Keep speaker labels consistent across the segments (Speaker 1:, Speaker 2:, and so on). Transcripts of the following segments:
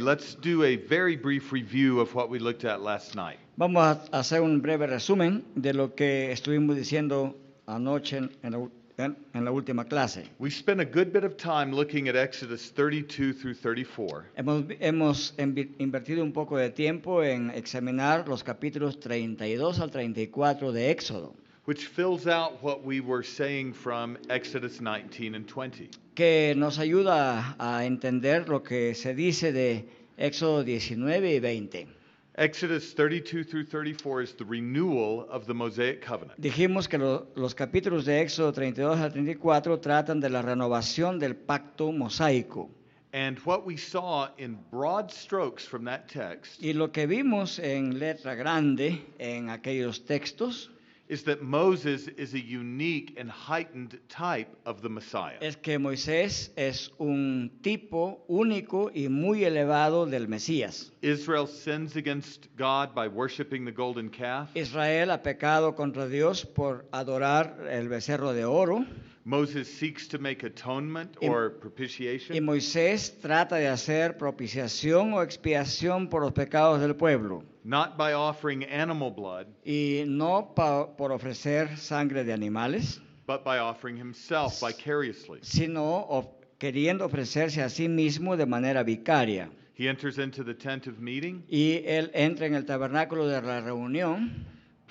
Speaker 1: Let's do a very brief review of what we looked at last night.
Speaker 2: Vamos a hacer un breve resumen de lo que estuvimos diciendo anoche en, en la, u- en- en la última clase.
Speaker 1: We spent a good bit of time looking at Exodus 32 through 34,
Speaker 2: Hemos, hemos envi- invertido un poco de tiempo en examinar los capítulos 32 al 34 de Éxodo,
Speaker 1: which fills out what we were saying from Exodus 19 and 20.
Speaker 2: que nos ayuda a entender lo que se dice de Éxodo 19 y 20.
Speaker 1: Exodus 32 through 34 is the renewal of the Mosaic covenant.
Speaker 2: Dijimos que lo- los capítulos de Éxodo 32 al 34 tratan de la renovación del pacto mosaico.
Speaker 1: And what we saw in broad strokes from that text
Speaker 2: Y lo que vimos en letra grande en aquellos textos
Speaker 1: is that Moses is a unique and heightened type of the Messiah.
Speaker 2: es que Moisés es un tipo único y muy elevado del Mesías.
Speaker 1: Israel sins against God by worshiping the golden calf.
Speaker 2: Israel ha pecado contra Dios por adorar el becerro de oro
Speaker 1: Moses seeks to make atonement
Speaker 2: Im-
Speaker 1: or
Speaker 2: y
Speaker 1: propitiation.
Speaker 2: Moisés trata de hacer propiciación o expiación por los pecados del pueblo
Speaker 1: Not by offering animal blood,
Speaker 2: y no pa- por ofrecer sangre de animales,
Speaker 1: but by offering himself vicariously.
Speaker 2: sino of- queriendo ofrecerse a sí mismo de manera vicaria.
Speaker 1: He enters into the tent of meeting,
Speaker 2: Y él entra en el tabernáculo de la reunión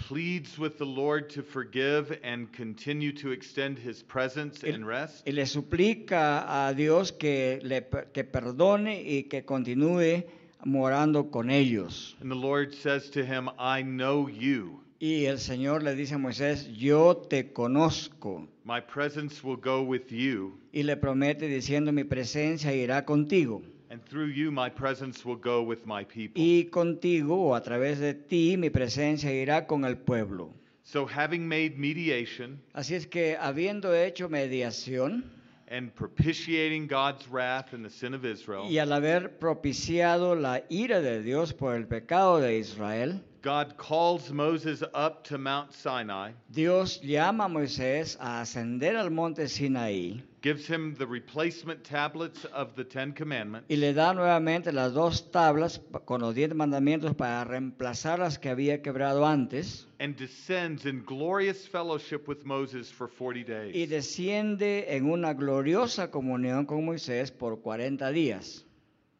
Speaker 1: pleads with the Lord to forgive and continue to extend his presence
Speaker 2: y,
Speaker 1: and rest.
Speaker 2: y le suplica a Dios que, le, per- que perdone y que continúe morando con ellos.
Speaker 1: And the Lord says to him, I know you.
Speaker 2: Y el Señor le dice a Moisés, yo te conozco.
Speaker 1: My presence will go with you,
Speaker 2: Y le promete diciendo, mi presencia irá contigo.
Speaker 1: and through you, my presence will go with my people.
Speaker 2: Y contigo o a través de ti mi presencia irá con el pueblo.
Speaker 1: So, having made mediation
Speaker 2: Así es que habiendo hecho mediación,
Speaker 1: and propitiating God's wrath and the sin of Israel,
Speaker 2: Y al haber propiciado la ira de Dios por el pecado de Israel,
Speaker 1: God calls Moses up to Mount Sinai,
Speaker 2: Dios llama a Moisés a ascender al monte Sinaí
Speaker 1: gives him the replacement tablets of the Ten Commandments,
Speaker 2: y le da nuevamente las dos tablas pa- con los diez mandamientos para reemplazar las que había quebrado antes
Speaker 1: and descends in glorious fellowship with Moses for 40
Speaker 2: y
Speaker 1: days.
Speaker 2: desciende en una gloriosa comunión con Moisés por 40 días.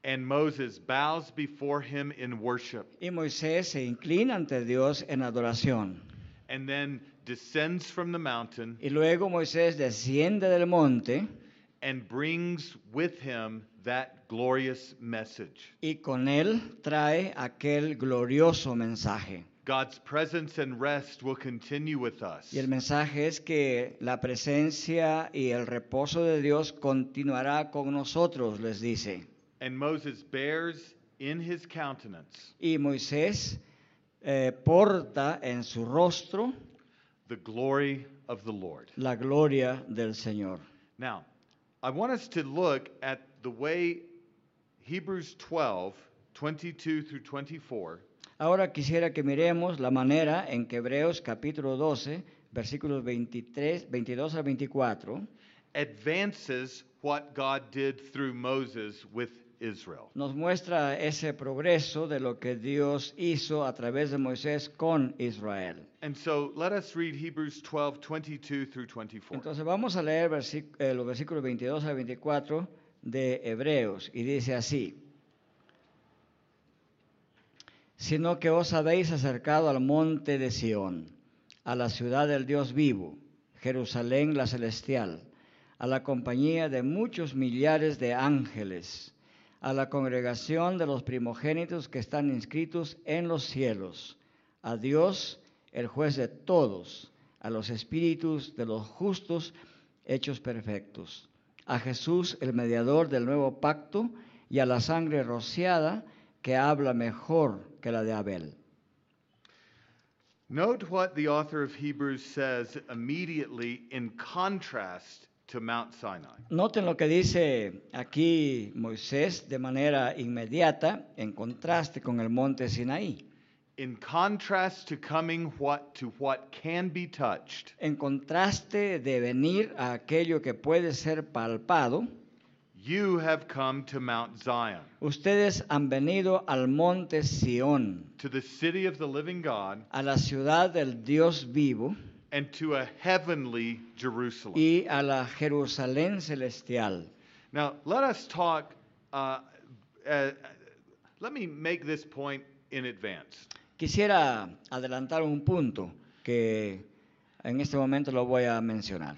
Speaker 1: And Moses bows before him in worship,
Speaker 2: Y Moisés se inclina ante Dios en adoración.
Speaker 1: and then descends from the mountain
Speaker 2: Y luego Moisés desciende del monte
Speaker 1: and brings with him that glorious message.
Speaker 2: Y con él trae aquel glorioso mensaje.
Speaker 1: God's presence and rest will continue with us.
Speaker 2: Y el mensaje es que la presencia y el reposo de Dios continuará con nosotros, les dice.
Speaker 1: And Moses bears in his countenance
Speaker 2: Y Moisés eh, porta en su rostro
Speaker 1: the glory of the Lord.
Speaker 2: la gloria del Señor.
Speaker 1: Now, I want us to look at the way Hebrews 12, 22 through 24
Speaker 2: Ahora quisiera que miremos la manera en que Hebreos capítulo 12, versículos 23, 22 al 24,
Speaker 1: advances what God did through Moses with Israel.
Speaker 2: nos muestra ese progreso de lo que Dios hizo a través de Moisés con Israel.
Speaker 1: And so let us read Hebrews 12, 22 through 24.
Speaker 2: Entonces vamos a leer versi- eh, los versículos 22 al 24 de Hebreos y dice así, sino que os habéis acercado al monte de Sión, a la ciudad del Dios vivo, Jerusalén la celestial, a la compañía de muchos millares de ángeles, a la congregación de los primogénitos que están inscritos en los cielos, a Dios, el juez de todos, a los espíritus de los justos hechos perfectos, a Jesús, el mediador del nuevo pacto, y a la sangre rociada que habla mejor que la de Abel.
Speaker 1: Note what the author of Hebrews says immediately in contrast to Mount Sinai.
Speaker 2: Noten lo que dice aquí Moisés de manera inmediata, en contraste con el monte Sinaí.
Speaker 1: In contrast to coming what to what can be touched,
Speaker 2: En contraste de venir a aquello que puede ser palpado,
Speaker 1: You have come to Mount Zion,
Speaker 2: Ustedes han venido al monte Sión,
Speaker 1: to the city of the living God,
Speaker 2: a la ciudad del Dios vivo
Speaker 1: and to a heavenly Jerusalem.
Speaker 2: y a la Jerusalén celestial.
Speaker 1: Now, let us talk. Uh, uh, let me make this point in advance.
Speaker 2: Quisiera adelantar un punto que en este momento lo voy a mencionar.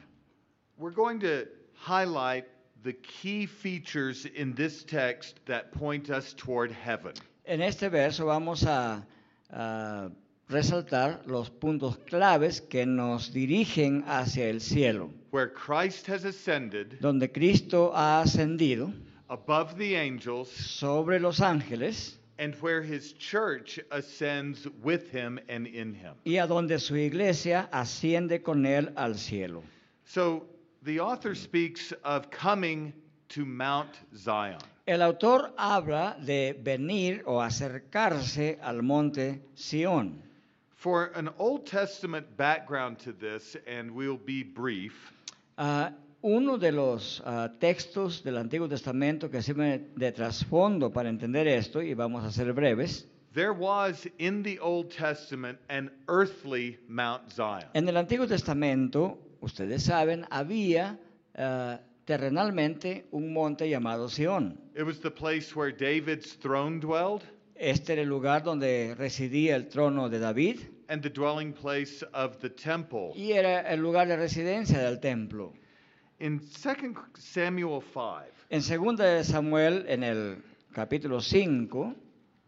Speaker 1: We're going to highlight the key features in this text that point us toward heaven.
Speaker 2: En este verso vamos a, a resaltar los puntos claves que nos dirigen hacia el cielo,
Speaker 1: Where Christ has ascended
Speaker 2: donde Cristo ha ascendido
Speaker 1: above the angels
Speaker 2: sobre los ángeles
Speaker 1: and where his church ascends with him and in him.
Speaker 2: y a donde su iglesia asciende con él al cielo.
Speaker 1: So the author speaks of coming to Mount Zion.
Speaker 2: El autor habla de venir o acercarse al monte Sión.
Speaker 1: For an Old Testament background to this, and we'll be brief,
Speaker 2: Ah, uno de los ah, textos del Antiguo Testamento que sirve de trasfondo para entender esto, y vamos a ser breves,
Speaker 1: there was in the Old Testament an earthly Mount Zion.
Speaker 2: en el Antiguo Testamento, ustedes saben, había ah, terrenalmente un monte llamado Sión.
Speaker 1: It was the place where David's throne dwelled
Speaker 2: Este era el lugar donde residía el trono de David
Speaker 1: and the dwelling place of the temple.
Speaker 2: y era el lugar de residencia del templo.
Speaker 1: In 2 Samuel 5,
Speaker 2: En 2 de Samuel, en el capítulo 5,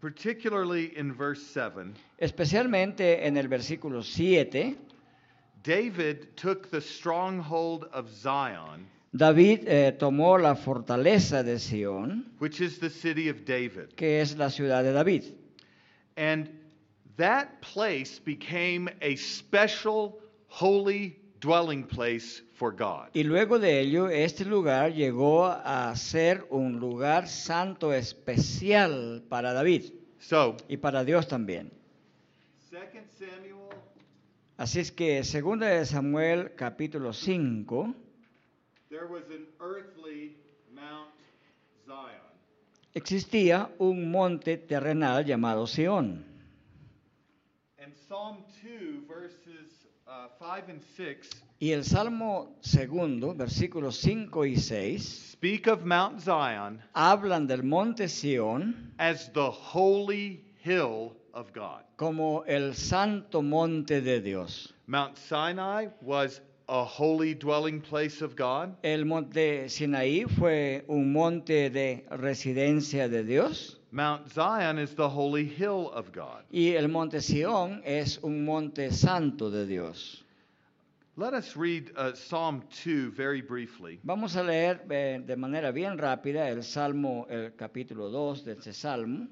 Speaker 1: particularly in verse 7,
Speaker 2: especialmente en el versículo 7,
Speaker 1: David took the stronghold of Zion,
Speaker 2: David eh, tomó la fortaleza de Sión,
Speaker 1: which is the city of David.
Speaker 2: que es la ciudad de David.
Speaker 1: And that place became a special, holy dwelling place for God.
Speaker 2: Y luego de ello, este lugar llegó a ser un lugar santo especial para David
Speaker 1: So,
Speaker 2: y para Dios también.
Speaker 1: 2 Samuel
Speaker 2: Así es que, según de Samuel capítulo 5,
Speaker 1: There was an earthly Mount Zion.
Speaker 2: existía un monte terrenal llamado Sión.
Speaker 1: And Psalm 2, verses uh, 5 and 6,
Speaker 2: Y el Salmo segundo, versículos 5 y 6,
Speaker 1: speak of Mount Zion
Speaker 2: hablan del monte Sión
Speaker 1: as the holy hill of God.
Speaker 2: como el santo monte de Dios.
Speaker 1: Mount Sinai was a holy dwelling place of God.
Speaker 2: El monte Sinaí fue un monte de residencia de Dios
Speaker 1: Mount Zion is the holy hill of God.
Speaker 2: y el monte Sión es un monte santo de Dios.
Speaker 1: Let us read uh, Psalm 2 very briefly.
Speaker 2: Vamos a leer eh, de manera bien rápida el Salmo, el capítulo 2 de este Salmo,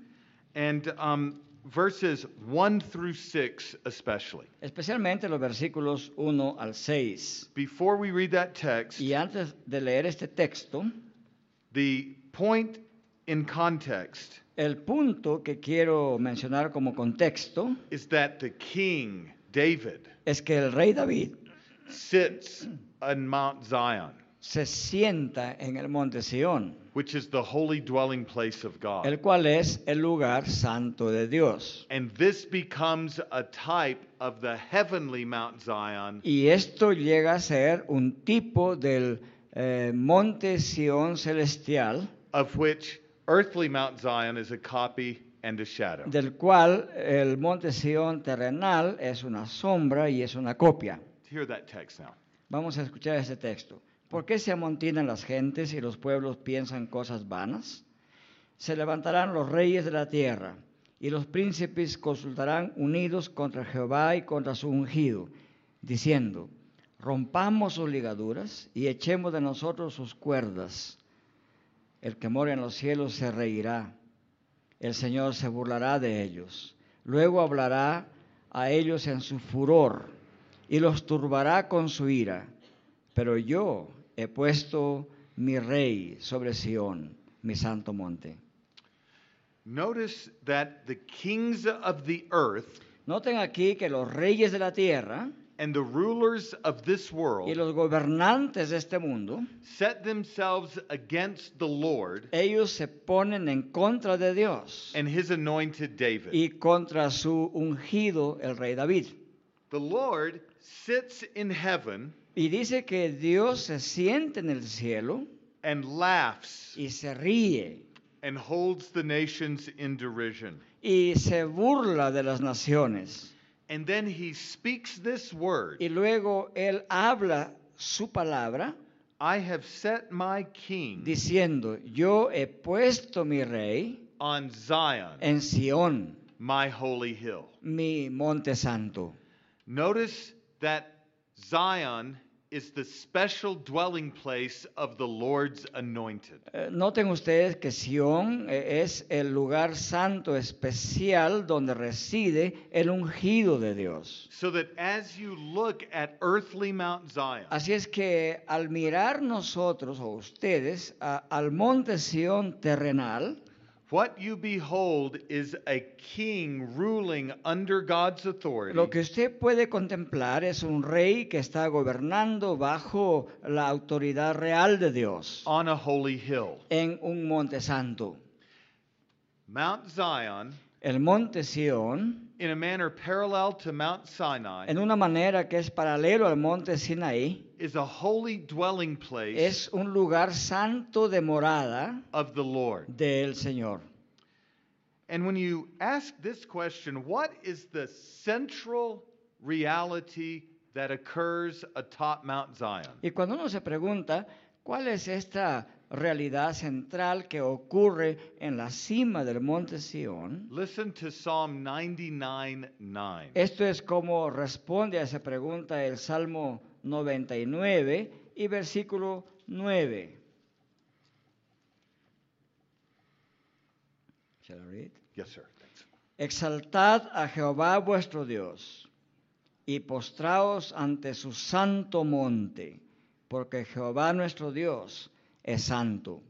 Speaker 1: And um, verses 1 through 6, especially.
Speaker 2: especialmente los versículos 1 al 6.
Speaker 1: Before we read that text,
Speaker 2: Y antes de leer este texto,
Speaker 1: The point in context
Speaker 2: el punto que quiero mencionar como contexto
Speaker 1: is that the king, David,
Speaker 2: es que el rey David
Speaker 1: sits on Mount Zion,
Speaker 2: se sienta en el monte Sión,
Speaker 1: which is the holy dwelling place of God.
Speaker 2: el cual es el lugar santo de Dios.
Speaker 1: and this becomes a type of the heavenly Mount Zion,
Speaker 2: Y esto llega a ser un tipo del eh, monte Sión celestial,
Speaker 1: of which earthly Mount Zion is a copy and a shadow.
Speaker 2: del cual el monte Sión terrenal es una sombra y es una copia.
Speaker 1: Hear that text now.
Speaker 2: Vamos a escuchar este texto. ¿Por qué se amontinan las gentes y los pueblos piensan cosas vanas? Se levantarán los reyes de la tierra y los príncipes consultarán unidos contra Jehová y contra su ungido, diciendo, rompamos sus ligaduras y echemos de nosotros sus cuerdas. El que mora en los cielos se reirá, el Señor se burlará de ellos, luego hablará a ellos en su furor y los turbará con su ira. Pero yo he puesto mi rey sobre Sión, mi santo monte.
Speaker 1: Notice that the kings of the earth
Speaker 2: Noten aquí que los reyes de la tierra
Speaker 1: and the rulers of this
Speaker 2: y
Speaker 1: world
Speaker 2: los gobernantes de este mundo,
Speaker 1: set themselves against the Lord
Speaker 2: ellos se ponen en contra de Dios
Speaker 1: and his anointed David.
Speaker 2: y contra su ungido, el rey David.
Speaker 1: The Lord sits in heaven
Speaker 2: Y dice que Dios se siente en el cielo
Speaker 1: and laughs
Speaker 2: y se ríe
Speaker 1: and holds the nations in derision.
Speaker 2: y se burla de las naciones.
Speaker 1: And then he speaks this word
Speaker 2: Y luego él habla su palabra
Speaker 1: I have set my king
Speaker 2: diciendo, yo he puesto mi rey
Speaker 1: on Zion,
Speaker 2: en Sión,
Speaker 1: my holy hill.
Speaker 2: mi monte santo.
Speaker 1: Notice that Zion is the special dwelling place of the Lord's anointed.
Speaker 2: Eh, Noten ustedes que Sión eh, es el lugar santo especial donde reside el ungido de Dios.
Speaker 1: So that as you look at earthly Mount Zion,
Speaker 2: Así es que al mirar nosotros o ustedes a- al monte Sión terrenal,
Speaker 1: what you behold is a king ruling under God's
Speaker 2: lo que
Speaker 1: authority
Speaker 2: usted puede contemplar es un rey que está gobernando bajo la autoridad real de Dios
Speaker 1: on a holy hill.
Speaker 2: en un monte santo.
Speaker 1: Mount Zion,
Speaker 2: El monte Sión,
Speaker 1: in a manner parallel to Mount Sinai,
Speaker 2: en una manera que es paralelo al monte Sinaí,
Speaker 1: is a holy dwelling place
Speaker 2: es un lugar santo de morada
Speaker 1: of the Lord.
Speaker 2: del Señor.
Speaker 1: And when you ask this question, what is the central reality that occurs atop Mount Zion?
Speaker 2: Y cuando uno se pregunta, ¿cuál es esta realidad central que ocurre en la cima del monte Sión?
Speaker 1: Listen to Psalm 99 9.
Speaker 2: Esto es como responde a esa pregunta el Salmo 99 y versículo 9. Shall I read?
Speaker 1: Yes, sir. Thanks.
Speaker 2: Exaltad a Jehová vuestro Dios y postraos ante su santo monte, porque Jehová nuestro Dios es santo.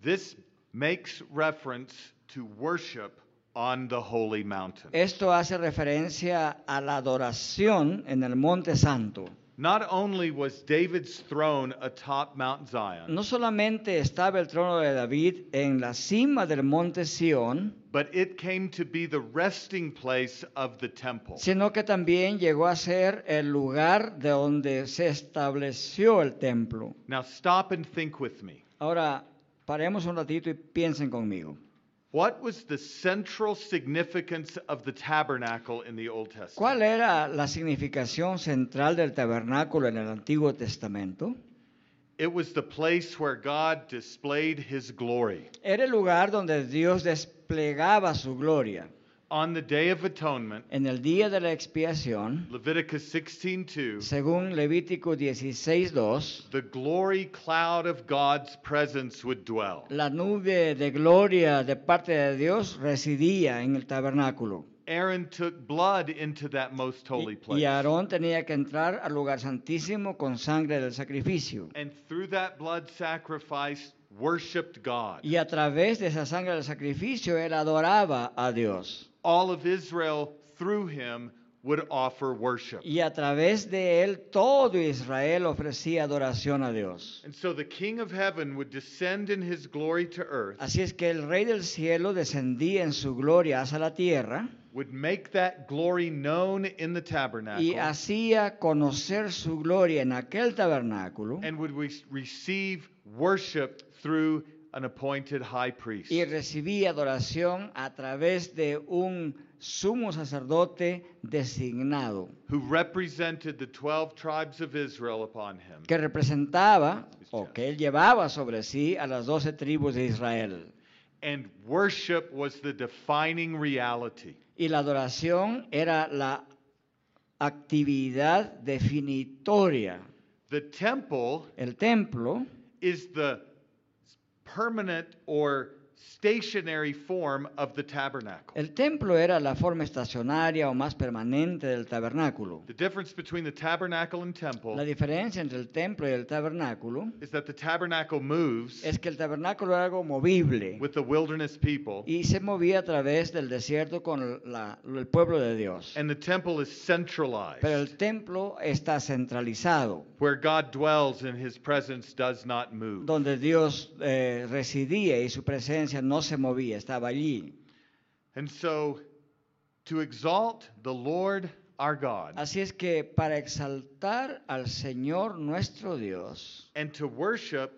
Speaker 1: This makes reference to worship on the holy mountain.
Speaker 2: Esto hace referencia a la adoración en el monte santo.
Speaker 1: Not only was David's throne atop Mount Zion,
Speaker 2: No solamente estaba el trono de David en la cima del monte Sión,
Speaker 1: but it came to be the resting place of the temple.
Speaker 2: sino que también llegó a ser el lugar de donde se estableció el templo.
Speaker 1: Now stop and think with me.
Speaker 2: Ahora, paremos un ratito y piensen conmigo.
Speaker 1: What was the central significance of the tabernacle in the Old Testament?
Speaker 2: ¿Cuál era la significación central del tabernáculo en el Antiguo Testamento?
Speaker 1: It was the place where God displayed his glory.
Speaker 2: Era el lugar donde Dios desplegaba su gloria.
Speaker 1: On the Day of Atonement,
Speaker 2: En el día de la expiación,
Speaker 1: Leviticus 16:2,
Speaker 2: según Levítico 16:2,
Speaker 1: the glory cloud of God's presence would dwell,
Speaker 2: la nube de gloria de parte de Dios residía en el tabernáculo.
Speaker 1: Aaron took blood into that most holy
Speaker 2: Y,
Speaker 1: place.
Speaker 2: y Aarón tenía que entrar al lugar santísimo con sangre del sacrificio.
Speaker 1: And through that blood sacrifice, worshiped God.
Speaker 2: Y a través de esa sangre del sacrificio, él adoraba a Dios.
Speaker 1: All of Israel through him would offer worship.
Speaker 2: Y a través de él todo Israel ofrecía adoración a Dios.
Speaker 1: And so the King of Heaven would descend in his glory to earth,
Speaker 2: Así es que el Rey del Cielo descendía en su gloria hacia la tierra
Speaker 1: would make that glory known in the
Speaker 2: y
Speaker 1: tabernacle,
Speaker 2: hacía conocer su gloria en aquel tabernáculo
Speaker 1: and would re- receive worship through an appointed high priest.
Speaker 2: y recibía adoración a través de un sumo sacerdote designado
Speaker 1: Who represented the 12 tribes of Israel upon him.
Speaker 2: que representaba o que él llevaba sobre sí a las doce tribus de Israel.
Speaker 1: And worship was the defining reality.
Speaker 2: Y la adoración era la actividad definitoria.
Speaker 1: The temple
Speaker 2: El templo
Speaker 1: is the permanent or stationary form of the tabernacle.
Speaker 2: El templo era la forma estacionaria o más permanente del tabernáculo.
Speaker 1: The difference between the tabernacle and
Speaker 2: La
Speaker 1: temple
Speaker 2: diferencia entre el templo y el tabernáculo
Speaker 1: is that the tabernacle moves
Speaker 2: es que el tabernáculo era algo movible
Speaker 1: with the wilderness people,
Speaker 2: y se movía a través del desierto con la- el pueblo de Dios.
Speaker 1: and the temple is
Speaker 2: Pero el
Speaker 1: centralized,
Speaker 2: templo está centralizado,
Speaker 1: where God dwells and his presence does not move.
Speaker 2: donde Dios eh, residía y su presencia no se movía, estaba allí.
Speaker 1: And so, to exalt the Lord our God
Speaker 2: Así es que para exaltar al Señor nuestro Dios
Speaker 1: and to worship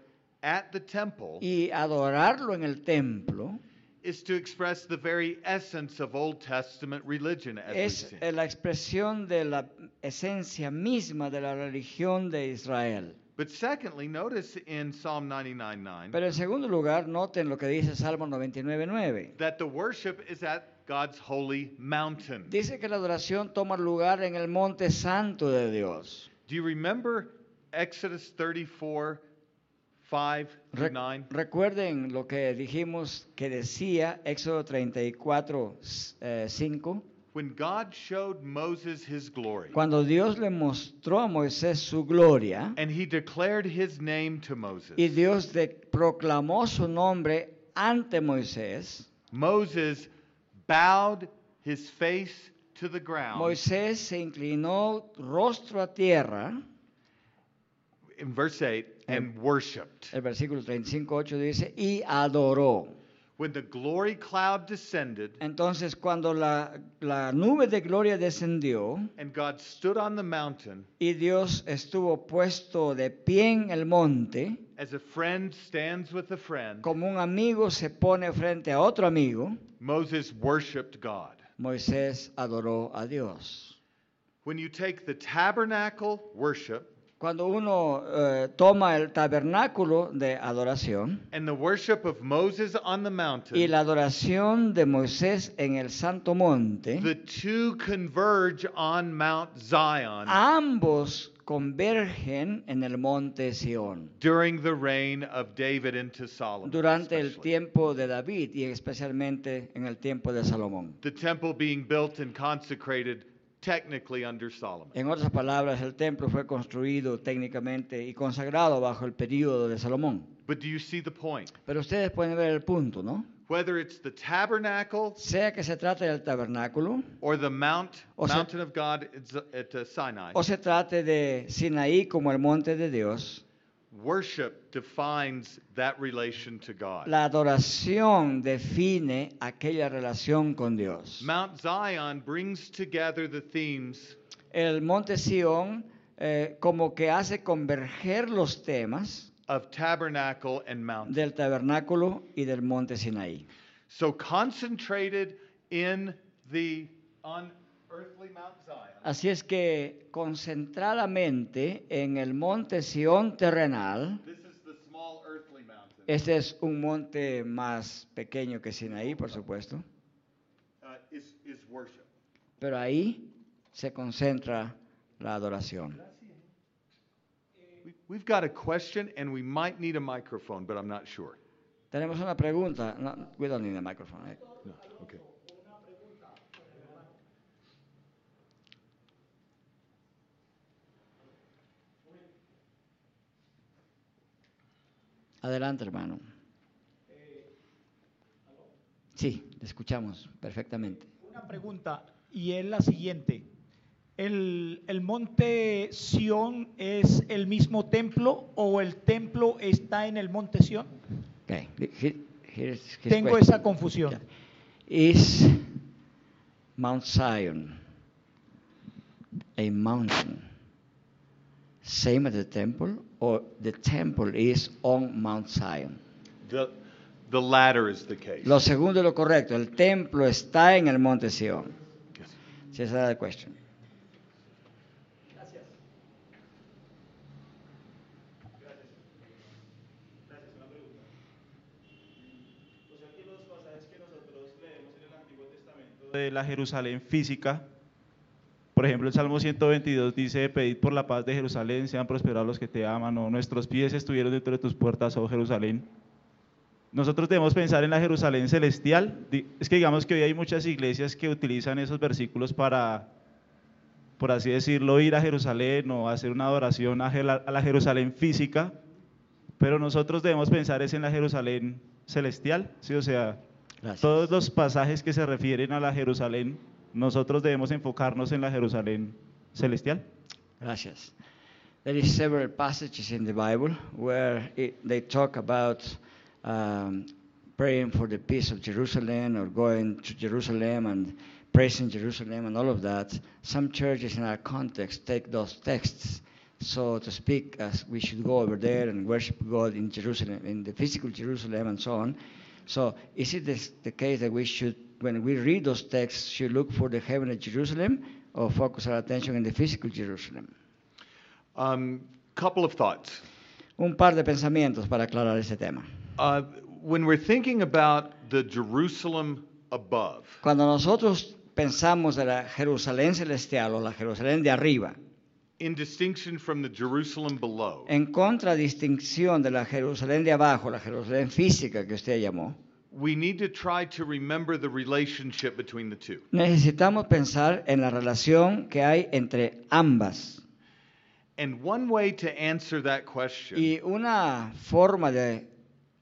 Speaker 1: at the temple
Speaker 2: y adorarlo en el templo,
Speaker 1: is to express the very essence of Old Testament religion, as we've
Speaker 2: es
Speaker 1: seen.
Speaker 2: eh, la expresión de la esencia misma de la religión de Israel.
Speaker 1: But secondly, notice in Psalm 99.9
Speaker 2: Pero en segundo lugar, noten lo que dice Salmo 99.9.
Speaker 1: that the worship is at God's holy mountain.
Speaker 2: Dice que la adoración toma lugar en el monte santo de Dios.
Speaker 1: Do you remember Exodus 34, 5 through
Speaker 2: Re-
Speaker 1: 9?
Speaker 2: recuerden lo que dijimos que decía Éxodo 34, eh, 5.
Speaker 1: When God showed Moses his glory,
Speaker 2: Cuando Dios le mostró a Moisés su gloria
Speaker 1: and he declared his name to Moses,
Speaker 2: y Dios de- proclamó su nombre ante Moisés,
Speaker 1: Moses bowed his face to the ground.
Speaker 2: Moisés se inclinó rostro a tierra.
Speaker 1: in verse 8, and worshiped.
Speaker 2: El versículo 35.8 dice, y adoró.
Speaker 1: When the glory cloud descended,
Speaker 2: Entonces cuando la, la nube de gloria descendió
Speaker 1: and God stood on the mountain
Speaker 2: y Dios estuvo puesto de pie en el monte,
Speaker 1: as a friend stands with a friend,
Speaker 2: como un amigo se pone frente a otro amigo,
Speaker 1: Moses worshiped God.
Speaker 2: Moisés adoró a Dios.
Speaker 1: When you take the tabernacle worship
Speaker 2: Cuando uno eh, toma el tabernáculo de adoración
Speaker 1: and the worship of Moses on the mountain,
Speaker 2: y la adoración de Moisés en el santo monte,
Speaker 1: the two converge on Mount Zion
Speaker 2: Ah. ambos convergen en el monte Sión
Speaker 1: during the reign of David into Solomon.
Speaker 2: durante el
Speaker 1: especially.
Speaker 2: tiempo de David y especialmente en el tiempo de Salomón.
Speaker 1: The temple being built and consecrated technically under Solomon.
Speaker 2: En otras palabras, el templo fue construido técnicamente y consagrado bajo el período de Salomón.
Speaker 1: But do you see the point?
Speaker 2: Pero ustedes pueden ver el punto, ¿no?
Speaker 1: Whether it's the tabernacle
Speaker 2: Sea que se trate del tabernáculo
Speaker 1: or the mount,
Speaker 2: O sea-
Speaker 1: mountain of God at Z- at uh, Sinai,
Speaker 2: o se trate de Sinaí como el monte de Dios,
Speaker 1: worship defines that relation to God.
Speaker 2: la adoración define aquella relación con Dios.
Speaker 1: Mount Zion brings together the themes
Speaker 2: El monte Sión eh, como que hace converger los temas
Speaker 1: of tabernacle and mountain.
Speaker 2: del tabernáculo y del monte Sinaí.
Speaker 1: So concentrated in the on earthly Mount Zion
Speaker 2: Así es que concentradamente en el monte Sión terrenal,
Speaker 1: This is the small earthly mountain.
Speaker 2: este es un monte más pequeño que Sinaí, por supuesto,
Speaker 1: uh, is is worship.
Speaker 2: pero ahí se concentra la adoración.
Speaker 1: We, we've got a question and we might need a microphone, but I'm not sure.
Speaker 2: Tenemos una pregunta. No, we don't need a microphone, right?
Speaker 1: No. Okay.
Speaker 2: Adelante, hermano. Sí, le escuchamos perfectamente.
Speaker 3: Una pregunta, y es la siguiente. ¿El, el monte Sión es el mismo templo o el templo está en el monte Sión?
Speaker 2: Okay. he- here's his
Speaker 3: Tengo
Speaker 2: question.
Speaker 3: esa confusión.
Speaker 2: Is Mount Zion a mountain same as the temple, or the temple is on Mount Zion?
Speaker 1: The the latter is the case.
Speaker 2: Lo segundo es lo correcto. El templo está en el monte Sion.
Speaker 1: Yes.
Speaker 2: Si esa era la cuestión.
Speaker 4: Gracias, una pregunta. O sea que los pasajes que nosotros leemos en el Antiguo Testamento de la Jerusalén física, por ejemplo, el Salmo 122 dice, pedid por la paz de Jerusalén, sean prosperados los que te aman, o nuestros pies estuvieron dentro de tus puertas, oh Jerusalén. Nosotros debemos pensar en la Jerusalén celestial. Di- Es que digamos que hoy hay muchas iglesias que utilizan esos versículos para, por así decirlo, ir a Jerusalén o hacer una adoración a Jela- a la Jerusalén física, pero nosotros debemos pensar es en la Jerusalén celestial, ¿sí? O sea,
Speaker 2: Gracias.
Speaker 4: todos los pasajes que se refieren a la Jerusalén, nosotros debemos enfocarnos en la Jerusalén celestial.
Speaker 2: Gracias. There is several passages in the Bible where it, they talk about um, praying for the peace of Jerusalem or going to Jerusalem and praising Jerusalem and all of that. Some churches in our context take those texts, so to speak, as we should go over there and worship God in Jerusalem, in the physical Jerusalem and so on. So is it this, the case that we should, when we read those texts, should look for the heavenly Jerusalem or focus our attention in the physical Jerusalem?
Speaker 1: Um, couple of thoughts.
Speaker 2: Un par de pensamientos para aclarar este tema.
Speaker 1: Uh, when we're thinking about the Jerusalem above,
Speaker 2: Cuando nosotros pensamos de la Jerusalén celestial o la Jerusalén de arriba,
Speaker 1: in distinction from the Jerusalem below,
Speaker 2: en contradistinción de la Jerusalén de abajo, la Jerusalén física que usted llamó,
Speaker 1: we need to try to remember the relationship between the two.
Speaker 2: necesitamos pensar en la relación que hay entre ambas.
Speaker 1: And one way to answer that question
Speaker 2: Y una forma de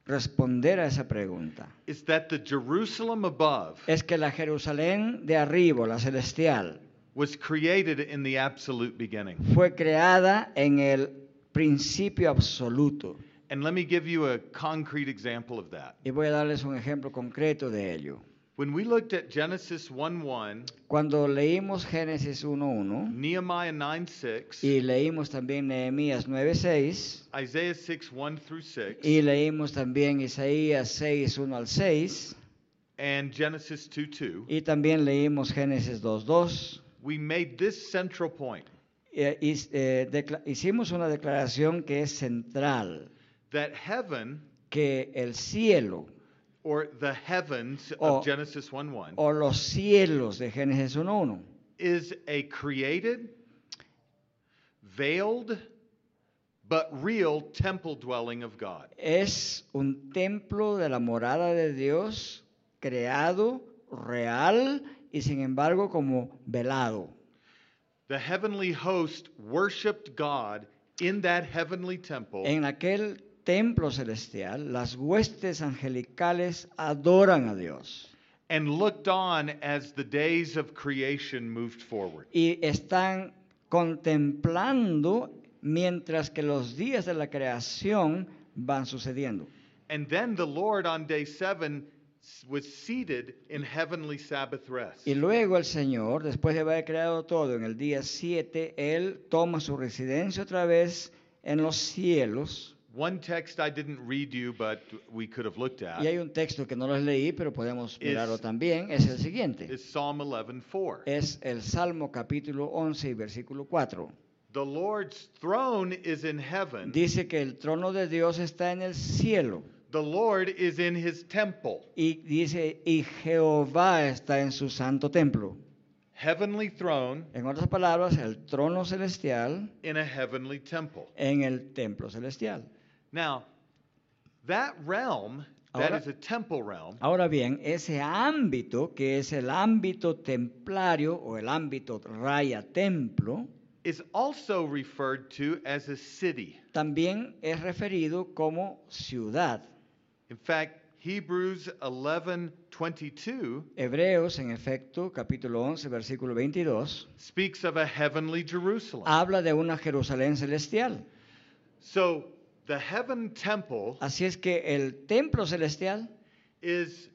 Speaker 2: responder a esa pregunta
Speaker 1: is that the Jerusalem above
Speaker 2: es que la Jerusalén de arriba, la celestial,
Speaker 1: was created in the absolute beginning.
Speaker 2: fue creada en el principio absoluto.
Speaker 1: And let me give you a concrete example of that.
Speaker 2: Y voy a darles un ejemplo concreto de ello.
Speaker 1: When we looked at Genesis 1 1,
Speaker 2: Cuando leímos Génesis 1.1
Speaker 1: Nehemiah 9 6,
Speaker 2: y leímos también Nehemías 9.6
Speaker 1: Isaiah 6 1 through 6,
Speaker 2: y leímos también Isaías 6.1 al 6
Speaker 1: and Genesis 2 2,
Speaker 2: y también leímos Génesis 2.2,
Speaker 1: we made this central point
Speaker 2: eh, his- eh, decla- hicimos una declaración que es central,
Speaker 1: that heaven
Speaker 2: que el cielo
Speaker 1: or the heavens
Speaker 2: O-
Speaker 1: of Genesis 1 1
Speaker 2: o los cielos de Génesis 1.1
Speaker 1: is a created, veiled, but real temple dwelling of God.
Speaker 2: es un templo de la morada de Dios creado, real y sin embargo como velado.
Speaker 1: The heavenly host worshiped God in that heavenly temple.
Speaker 2: En aquel templo celestial, las huestes angelicales adoran a Dios
Speaker 1: and looked on as the days of creation moved forward.
Speaker 2: y están contemplando mientras que los días de la creación van sucediendo.
Speaker 1: And then the Lord on day seven s- was seated in heavenly Sabbath rest.
Speaker 2: Y luego el Señor, después de haber creado todo en el día 7, Él toma su residencia otra vez en los cielos.
Speaker 1: One text I didn't read you, but we could have looked at
Speaker 2: Y hay un texto que no los leí, pero podemos
Speaker 1: Es-
Speaker 2: mirarlo también. Es el siguiente.
Speaker 1: is Psalm 11:4.
Speaker 2: Es el Salmo capítulo 11 y versículo 4.
Speaker 1: The Lord's throne is in heaven.
Speaker 2: Dice que el trono de Dios está en el cielo.
Speaker 1: The Lord is in his temple.
Speaker 2: Y dice, y Jehová está en su santo templo.
Speaker 1: Heavenly throne
Speaker 2: En otras palabras, el trono celestial
Speaker 1: in a heavenly temple.
Speaker 2: en el templo celestial.
Speaker 1: Now, that realm, that
Speaker 2: Ahora-
Speaker 1: is a temple realm,
Speaker 2: Ahora bien, ese ámbito, que es el ámbito templario o el ámbito raya templo,
Speaker 1: is also referred to as a city.
Speaker 2: también es referido como ciudad.
Speaker 1: In fact, Hebrews 11:22
Speaker 2: Hebreos, en efecto, capítulo 11, versículo 22,
Speaker 1: speaks of a heavenly Jerusalem.
Speaker 2: habla de una Jerusalén celestial.
Speaker 1: so the heaven temple
Speaker 2: Así es que el templo celestial
Speaker 1: is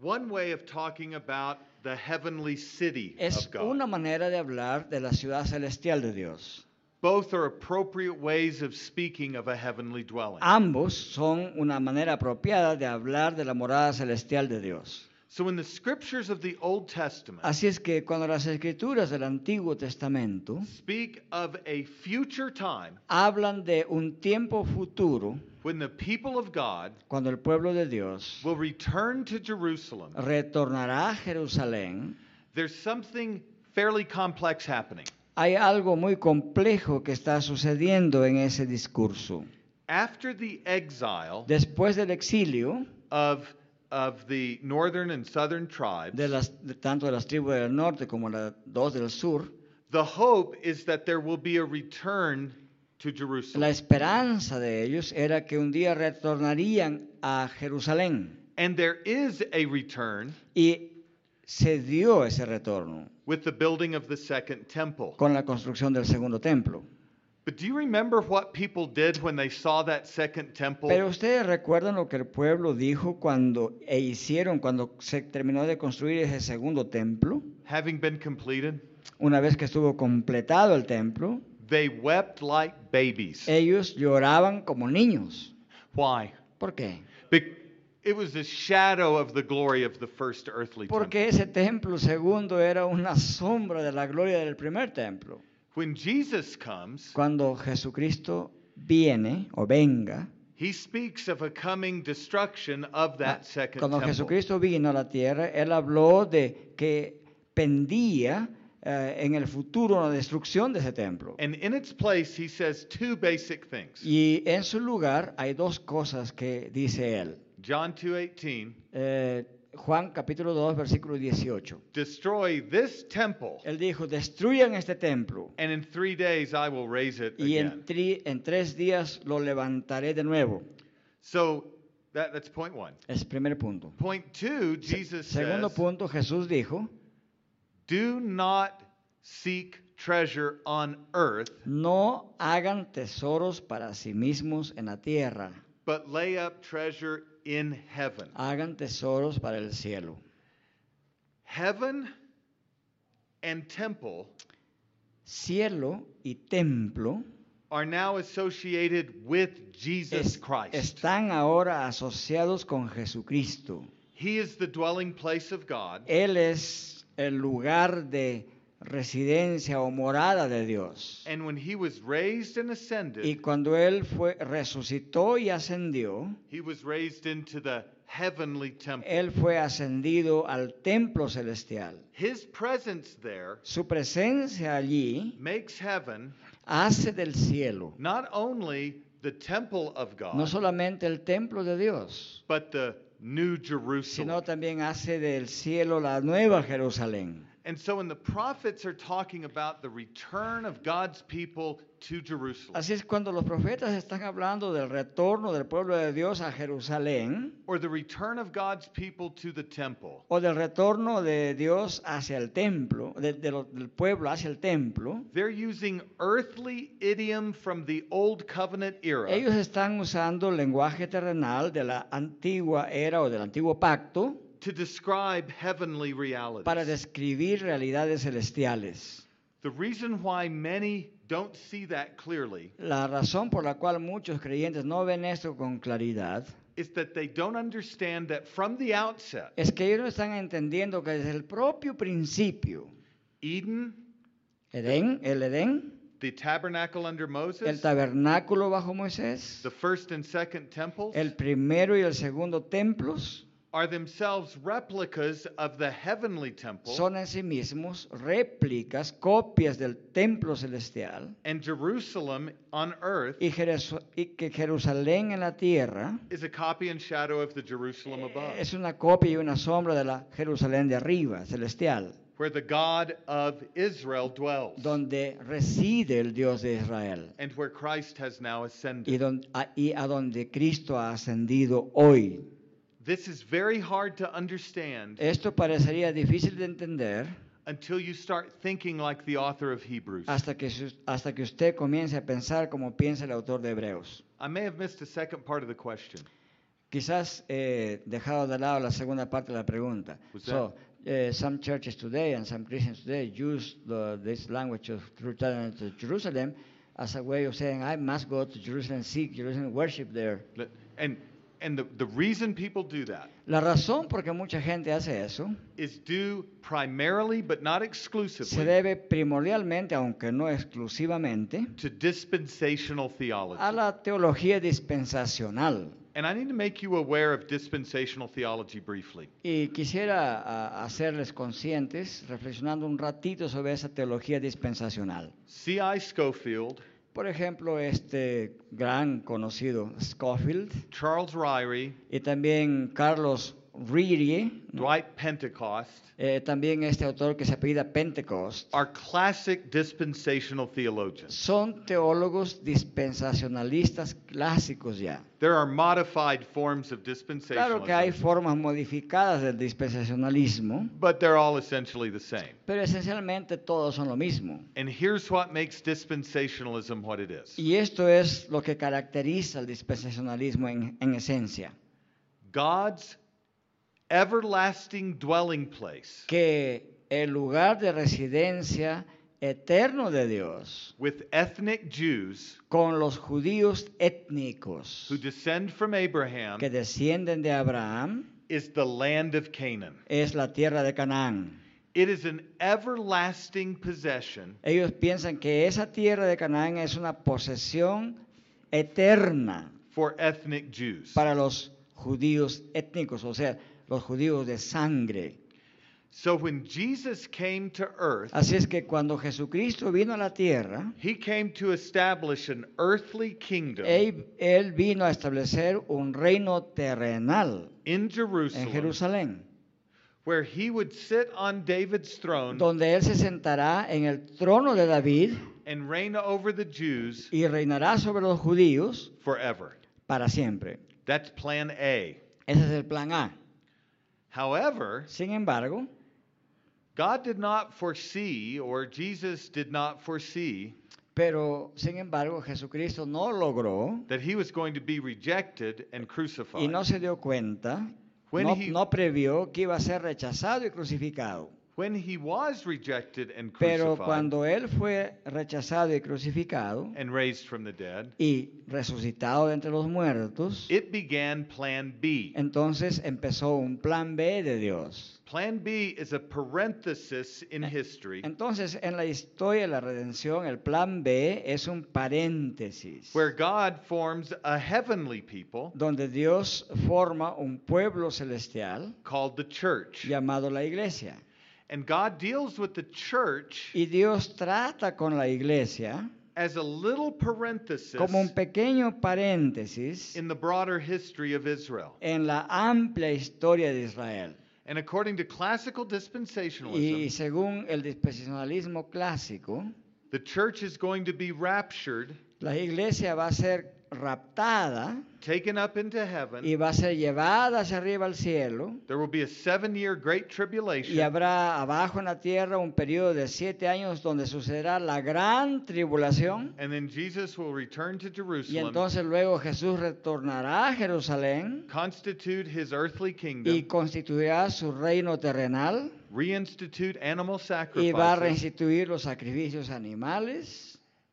Speaker 1: one way of talking about the heavenly city
Speaker 2: es
Speaker 1: of God.
Speaker 2: una manera de hablar de la ciudad celestial de Dios.
Speaker 1: Both are appropriate ways of speaking of a heavenly dwelling.
Speaker 2: Ambos son una manera apropiada de hablar de la morada celestial de Dios.
Speaker 1: so in the scriptures of the Old Testament
Speaker 2: Así es que cuando las escrituras del Antiguo Testamento
Speaker 1: speak of a future time
Speaker 2: hablan de un tiempo futuro,
Speaker 1: when the people of God
Speaker 2: cuando el pueblo de Dios
Speaker 1: will return to Jerusalem,
Speaker 2: retornará a Jerusalén,
Speaker 1: there's something fairly complex happening.
Speaker 2: Hay algo muy complejo que está sucediendo en ese discurso.
Speaker 1: After the exile
Speaker 2: Después del exilio
Speaker 1: of of, of the northern and southern tribes,
Speaker 2: de las, de tanto de las tribus del norte como las dos del sur,
Speaker 1: the hope is that there will be a return to Jerusalem.
Speaker 2: la esperanza de ellos era que un día retornarían a Jerusalén.
Speaker 1: and there is a return
Speaker 2: Y se dio ese retorno
Speaker 1: with the building of the second temple.
Speaker 2: con la construcción del segundo templo.
Speaker 1: But do you remember what people did when they saw that second temple?
Speaker 2: Pero ustedes recuerdan lo que el pueblo dijo cuando e hicieron cuando se terminó de construir ese segundo templo,
Speaker 1: Having been completed,
Speaker 2: una vez que estuvo completado el templo,
Speaker 1: they wept like babies.
Speaker 2: ellos lloraban como niños.
Speaker 1: Why?
Speaker 2: ¿Por qué?
Speaker 1: Be- it was a shadow of the glory of the first earthly temple.
Speaker 2: Porque ese templo segundo era una sombra de la gloria del primer templo.
Speaker 1: When Jesus comes,
Speaker 2: Cuando Jesucristo viene o venga,
Speaker 1: he speaks of a coming destruction of that second
Speaker 2: ah, cuando
Speaker 1: temple.
Speaker 2: Jesucristo vino a la tierra, él habló de que pendía eh, en el futuro una destrucción de ese templo.
Speaker 1: And in its place, he says two basic things.
Speaker 2: Y en su lugar hay dos cosas que dice él.
Speaker 1: John 2:18,
Speaker 2: Eh, Juan capítulo 2, versículo 18.
Speaker 1: destroy this temple,
Speaker 2: Él dijo, destruyan este templo
Speaker 1: and in three days I will raise it
Speaker 2: y
Speaker 1: again.
Speaker 2: en, tri- en tres días lo levantaré de nuevo.
Speaker 1: So that, that's point one.
Speaker 2: Es el primer punto.
Speaker 1: Point two,
Speaker 2: Se-
Speaker 1: Jesus
Speaker 2: Segundo
Speaker 1: says,
Speaker 2: punto, Jesús dijo,
Speaker 1: do not seek treasure on earth,
Speaker 2: no hagan tesoros para sí mismos en la tierra,
Speaker 1: but lay up treasure in heaven.
Speaker 2: hagan tesoros para el cielo.
Speaker 1: Heaven and temple
Speaker 2: Cielo y templo
Speaker 1: are now associated with Jesus
Speaker 2: es-
Speaker 1: Christ.
Speaker 2: están ahora asociados con Jesucristo.
Speaker 1: He is the dwelling place of God,
Speaker 2: Él es el lugar de residencia o morada de Dios.
Speaker 1: and when he was raised and
Speaker 2: Y
Speaker 1: ascended,
Speaker 2: cuando Él fue, resucitó y ascendió,
Speaker 1: he was raised into the heavenly temple.
Speaker 2: Él fue ascendido al templo celestial.
Speaker 1: His presence there
Speaker 2: Su presencia allí
Speaker 1: makes heaven
Speaker 2: hace del cielo
Speaker 1: not only the temple of God,
Speaker 2: no solamente el templo de Dios,
Speaker 1: but the new Jerusalem.
Speaker 2: sino también hace del cielo la nueva Jerusalén.
Speaker 1: and so when the prophets are talking about the return of God's people to Jerusalem,
Speaker 2: Así es cuando los profetas están hablando del retorno del pueblo de Dios a Jerusalén
Speaker 1: or the return of God's people to the temple,
Speaker 2: o del retorno de Dios hacia el templo, de- de lo- del pueblo hacia el templo.
Speaker 1: they're using earthly idiom from the old covenant era.
Speaker 2: Ellos están usando el lenguaje terrenal de la antigua era o del antiguo pacto
Speaker 1: to describe heavenly realities.
Speaker 2: para describir realidades celestiales.
Speaker 1: the reason why many don't see that clearly
Speaker 2: La razón por la cual muchos creyentes no ven esto con claridad
Speaker 1: is that they don't understand that from the outset,
Speaker 2: es que ellos no están entendiendo que desde el propio principio,
Speaker 1: Eden,
Speaker 2: Edén, el Edén,
Speaker 1: the tabernacle under Moses,
Speaker 2: el tabernáculo bajo Moisés,
Speaker 1: the first and second temples,
Speaker 2: el primero y el segundo templos,
Speaker 1: are themselves replicas of the heavenly temple,
Speaker 2: son en sí mismos réplicas, copias del templo celestial.
Speaker 1: and Jerusalem on earth
Speaker 2: y, Jeresu- y que Jerusalén en la tierra
Speaker 1: is a copy and shadow of the Jerusalem
Speaker 2: eh,
Speaker 1: above,
Speaker 2: es una copia y una sombra de la Jerusalén de arriba, celestial,
Speaker 1: where the God of Israel dwells,
Speaker 2: donde reside el Dios de Israel
Speaker 1: and where Christ has now
Speaker 2: y,
Speaker 1: ascended.
Speaker 2: don- a, y a donde Cristo ha ascendido hoy.
Speaker 1: This is very hard to understand
Speaker 2: Esto parecería difícil de entender
Speaker 1: until you start thinking like the author of Hebrews.
Speaker 2: hasta que, su- hasta que usted comience a pensar como piensa el autor de Hebreos.
Speaker 1: I may have missed the second part of the question.
Speaker 2: Quizás eh, dejado de lado la segunda parte de la pregunta.
Speaker 1: Was
Speaker 2: So, eh, some churches today and some Christians today use the, this language of return to Jerusalem as a way of saying, I must go to Jerusalem, seek Jerusalem, worship there.
Speaker 1: Le- And, and the, the reason people do that
Speaker 2: La razón por que mucha gente hace eso
Speaker 1: is due primarily, but not
Speaker 2: se
Speaker 1: exclusively,
Speaker 2: debe primordialmente, aunque no exclusivamente,
Speaker 1: to dispensational
Speaker 2: a
Speaker 1: theology.
Speaker 2: la teología dispensacional.
Speaker 1: And I need to make you aware of dispensational theology briefly.
Speaker 2: Y quisiera a- hacerles conscientes, reflexionando un ratito sobre esa teología dispensacional.
Speaker 1: C.I. Schofield
Speaker 2: Por ejemplo, este gran conocido Scofield
Speaker 1: Charles Ryrie,
Speaker 2: y también Carlos Reedy,
Speaker 1: Dwight Pentecost
Speaker 2: eh, también este autor que se apellida Pentecost,
Speaker 1: are classic dispensational theologians.
Speaker 2: son teólogos dispensacionalistas clásicos ya.
Speaker 1: There are modified forms of dispensationalism,
Speaker 2: Claro que hay formas modificadas del dispensacionalismo,
Speaker 1: but they're all essentially the same.
Speaker 2: pero esencialmente todos son lo mismo.
Speaker 1: And here's what makes dispensationalism what it is
Speaker 2: Y esto es lo que caracteriza el dispensacionalismo en, en esencia,
Speaker 1: God's everlasting dwelling place
Speaker 2: que el lugar de residencia eterno de Dios
Speaker 1: with ethnic Jews
Speaker 2: con los judíos étnicos
Speaker 1: who descend from Abraham
Speaker 2: que descienden de Abraham
Speaker 1: is the land of Canaan.
Speaker 2: es la tierra de Canaán.
Speaker 1: It is an everlasting possession
Speaker 2: Ellos piensan que esa tierra de Canaán es una posesión eterna
Speaker 1: for ethnic Jews.
Speaker 2: para los judíos étnicos, o sea, los judíos de sangre.
Speaker 1: So when Jesus came to earth,
Speaker 2: Así es que cuando Jesucristo vino a la tierra,
Speaker 1: he came to establish an earthly kingdom
Speaker 2: él, él vino a establecer un reino terrenal
Speaker 1: in
Speaker 2: en
Speaker 1: Jerusalem,
Speaker 2: Jerusalén,
Speaker 1: where he would sit on David's throne
Speaker 2: donde él se sentará en el trono de David
Speaker 1: and reign over the Jews
Speaker 2: y reinará sobre los judíos
Speaker 1: forever.
Speaker 2: para siempre.
Speaker 1: That's plan A.
Speaker 2: Ese es el plan A.
Speaker 1: However,
Speaker 2: Sin embargo,
Speaker 1: God did not foresee, or Jesus did not foresee,
Speaker 2: pero sin embargo Jesucristo no logró
Speaker 1: that he was going to be rejected and crucified.
Speaker 2: y no se dio cuenta,
Speaker 1: When
Speaker 2: no,
Speaker 1: he-
Speaker 2: no previó que iba a ser rechazado y crucificado.
Speaker 1: When he was rejected and
Speaker 2: Pero
Speaker 1: crucified
Speaker 2: cuando él fue rechazado y crucificado
Speaker 1: and raised from the dead,
Speaker 2: y resucitado de entre los muertos,
Speaker 1: it began Plan B.
Speaker 2: entonces empezó un plan B de Dios.
Speaker 1: Plan B is a parenthesis in history
Speaker 2: Entonces, en la historia de la redención, el plan B es un paréntesis
Speaker 1: where God forms a heavenly people
Speaker 2: donde Dios forma un pueblo celestial
Speaker 1: called the church.
Speaker 2: llamado la iglesia.
Speaker 1: And God deals with the church
Speaker 2: Y Dios trata con la iglesia
Speaker 1: as a little parenthesis
Speaker 2: como un pequeño paréntesis
Speaker 1: in the broader history of Israel.
Speaker 2: en la amplia historia de Israel.
Speaker 1: And according to classical dispensationalism,
Speaker 2: Y según el dispensacionalismo clásico,
Speaker 1: the church is going to be raptured,
Speaker 2: la iglesia va a ser raptada
Speaker 1: taken up into heaven.
Speaker 2: y va a ser llevada hacia arriba al cielo
Speaker 1: There will be a seven year great tribulation.
Speaker 2: y habrá abajo en la tierra un periodo de siete años donde sucederá la gran tribulación
Speaker 1: And then Jesus will return to
Speaker 2: y
Speaker 1: Jerusalem,
Speaker 2: entonces luego Jesús retornará a Jerusalén
Speaker 1: constitute his earthly
Speaker 2: y
Speaker 1: kingdom,
Speaker 2: constituirá su reino terrenal
Speaker 1: reinstitute animal
Speaker 2: y va a
Speaker 1: sacrifices,
Speaker 2: reinstituir los sacrificios animales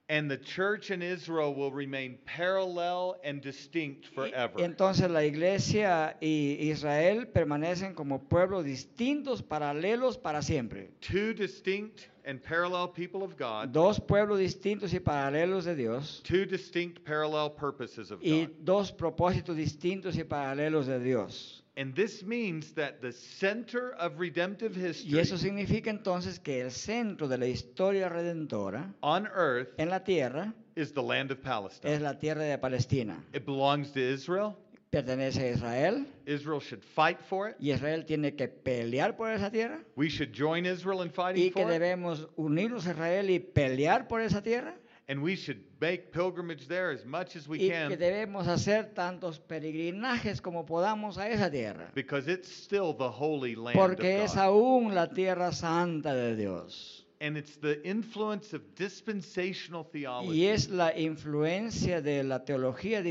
Speaker 1: and the church in Israel will remain parallel and distinct forever.
Speaker 2: Y- y Entonces la iglesia y Israel permanecen como pueblos distintos, paralelos para siempre.
Speaker 1: Two distinct and parallel people of God,
Speaker 2: Dos pueblos distintos y paralelos de Dios
Speaker 1: two distinct parallel purposes of
Speaker 2: y
Speaker 1: God.
Speaker 2: dos propósitos distintos y paralelos de Dios.
Speaker 1: And this means that the center of redemptive
Speaker 2: Y eso
Speaker 1: history
Speaker 2: significa entonces que el centro de la historia redentora
Speaker 1: on earth
Speaker 2: en la tierra
Speaker 1: is the land of
Speaker 2: es
Speaker 1: Palestine.
Speaker 2: la tierra de Palestina.
Speaker 1: It belongs to Israel.
Speaker 2: Pertenece a Israel
Speaker 1: Israel should fight for it.
Speaker 2: y Israel tiene que pelear por esa tierra
Speaker 1: We should join Israel in
Speaker 2: y
Speaker 1: fighting
Speaker 2: que
Speaker 1: for it.
Speaker 2: debemos unirnos a Israel y pelear por esa tierra.
Speaker 1: And we should make pilgrimage there as much as we
Speaker 2: y que
Speaker 1: can
Speaker 2: debemos hacer tantos peregrinajes como podamos a esa tierra,
Speaker 1: because it's still the holy land of
Speaker 2: porque es
Speaker 1: God.
Speaker 2: aún la tierra santa de Dios.
Speaker 1: And it's the influence of dispensational theology
Speaker 2: Y es la influencia de la teología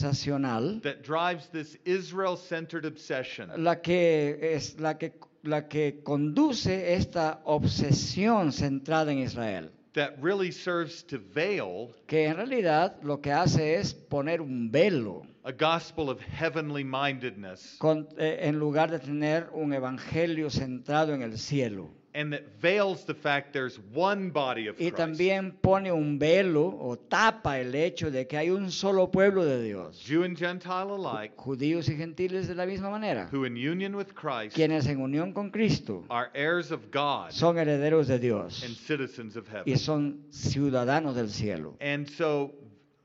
Speaker 2: dispensacional
Speaker 1: that drives this Israel-centered obsession.
Speaker 2: la que es la que la que conduce esta obsesión centrada en Israel,
Speaker 1: that really serves to veil
Speaker 2: que en realidad lo que hace es poner un velo
Speaker 1: a gospel of heavenly mindedness,
Speaker 2: con- eh, en lugar de tener un evangelio centrado en el cielo.
Speaker 1: and that veils the fact there's one body of
Speaker 2: Y
Speaker 1: Christ.
Speaker 2: también pone un velo o tapa el hecho de que hay un solo pueblo de Dios,
Speaker 1: Jew and Gentile alike,
Speaker 2: judíos y gentiles de la misma manera,
Speaker 1: who in union with Christ
Speaker 2: quienes en unión con Cristo
Speaker 1: are heirs of God
Speaker 2: son herederos de
Speaker 1: and
Speaker 2: Dios
Speaker 1: citizens of heaven.
Speaker 2: y son ciudadanos del cielo.
Speaker 1: And so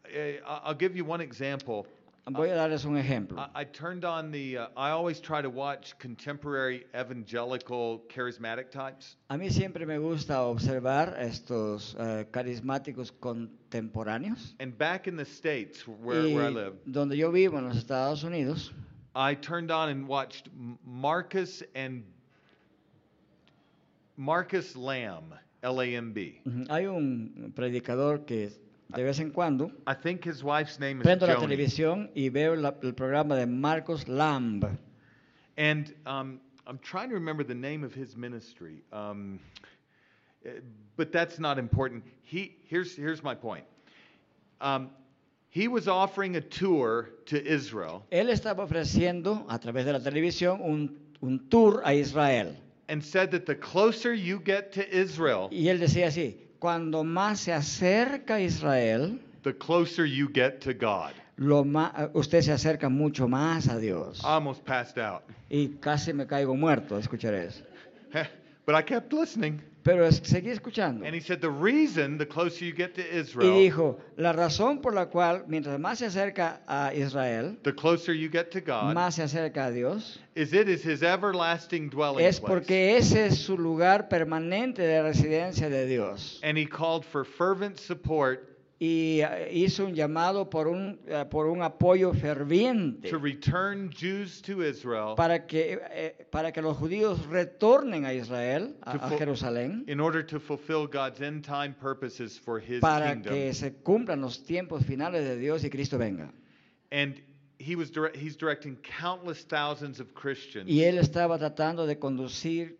Speaker 1: eh, I- I'll give you one example.
Speaker 2: Voy a darles un ejemplo.
Speaker 1: I, I turned on the, uh, I always try to watch contemporary evangelical charismatic types.
Speaker 2: A mí siempre me gusta observar estos eh, carismáticos contemporáneos.
Speaker 1: And back in the States where,
Speaker 2: Y
Speaker 1: where I lived,
Speaker 2: donde yo vivo, en los Estados Unidos,
Speaker 1: I turned on and watched M- Marcus and Marcus Lamb, L A M B.
Speaker 2: ujú, hay un predicador que de vez en cuando
Speaker 1: I think his wife's name is
Speaker 2: prendo la
Speaker 1: Joni.
Speaker 2: televisión y veo la- el programa de Marcos Lamb.
Speaker 1: And um, I'm trying to remember the name of his ministry, um, eh, but that's not important. He here's here's my point. Um, he was offering a tour to Israel,
Speaker 2: Él estaba ofreciendo a través de la televisión un, un tour a Israel.
Speaker 1: and said that the closer you get to Israel,
Speaker 2: Y él decía así, cuando más se acerca a Israel,
Speaker 1: the closer you get to God.
Speaker 2: lo ma- usted se acerca mucho más a Dios.
Speaker 1: I almost passed out,
Speaker 2: Y casi me caigo muerto al escuchar eso.
Speaker 1: but I kept listening.
Speaker 2: Pero es- seguí escuchando.
Speaker 1: And he said the reason the closer you get to
Speaker 2: Y
Speaker 1: Israel,
Speaker 2: dijo, la razón por la cual mientras más se acerca a Israel,
Speaker 1: the closer you get to God,
Speaker 2: más se acerca a Dios,
Speaker 1: is it is his everlasting dwelling
Speaker 2: es
Speaker 1: place.
Speaker 2: porque ese es su lugar permanente de residencia de Dios.
Speaker 1: And he called for fervent support
Speaker 2: Y eh, hizo un llamado por un, eh, por un apoyo ferviente
Speaker 1: to return Jews to Israel
Speaker 2: para que, eh, para que los judíos retornen a Israel, a,
Speaker 1: To
Speaker 2: a
Speaker 1: fu-
Speaker 2: Jerusalén,
Speaker 1: in order to fulfill God's end time purposes for his
Speaker 2: para
Speaker 1: kingdom.
Speaker 2: que se cumplan los tiempos finales de Dios y Cristo venga.
Speaker 1: And he was direct, he's directing countless thousands of Christians
Speaker 2: Y él estaba tratando de conducir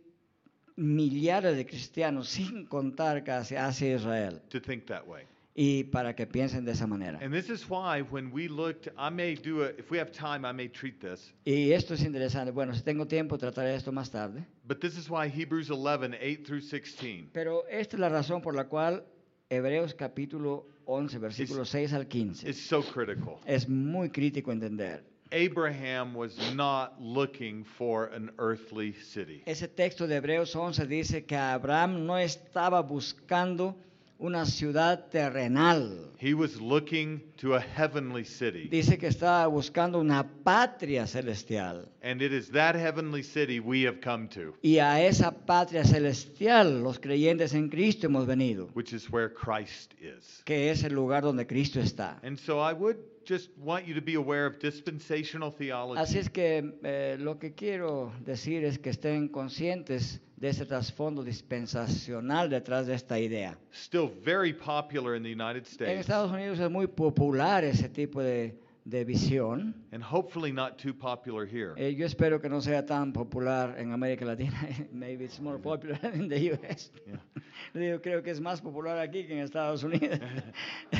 Speaker 2: millares de cristianos, sin contar casi, hacia Israel,
Speaker 1: to think that way.
Speaker 2: y para que piensen de esa manera.
Speaker 1: And this is why when we looked, I may do a, if we have time, I may treat this.
Speaker 2: Y esto es interesante. Bueno, si tengo tiempo, trataré esto más tarde.
Speaker 1: But this is why Hebrews 11, 8 through 16
Speaker 2: Pero esta es la razón por la cual Hebreos capítulo 11, versículo 6 al 15,
Speaker 1: is so critical.
Speaker 2: es muy crítico entender.
Speaker 1: Abraham was not looking for an earthly city.
Speaker 2: Ese texto de Hebreos 11 dice que Abraham no estaba buscando una ciudad terrenal.
Speaker 1: He was looking to a heavenly city.
Speaker 2: Dice que estaba buscando una patria celestial.
Speaker 1: And it is that heavenly city we have come to,
Speaker 2: Y a esa patria celestial los creyentes en Cristo hemos venido,
Speaker 1: which is where Christ is.
Speaker 2: que es el lugar donde Cristo está.
Speaker 1: And so I would just want you to be aware of dispensational
Speaker 2: Así
Speaker 1: theology
Speaker 2: es que eh, lo que quiero decir es que estén conscientes de ese trasfondo dispensacional detrás de esta idea.
Speaker 1: still very popular in the United
Speaker 2: En
Speaker 1: States
Speaker 2: Estados Unidos es muy popular ese tipo de, de visión.
Speaker 1: and hopefully not too popular here.
Speaker 2: Eh, yo espero que no sea tan popular en América Latina. Maybe it's more popular in the US.
Speaker 1: Yeah.
Speaker 2: Yo creo que es más popular aquí que en Estados Unidos.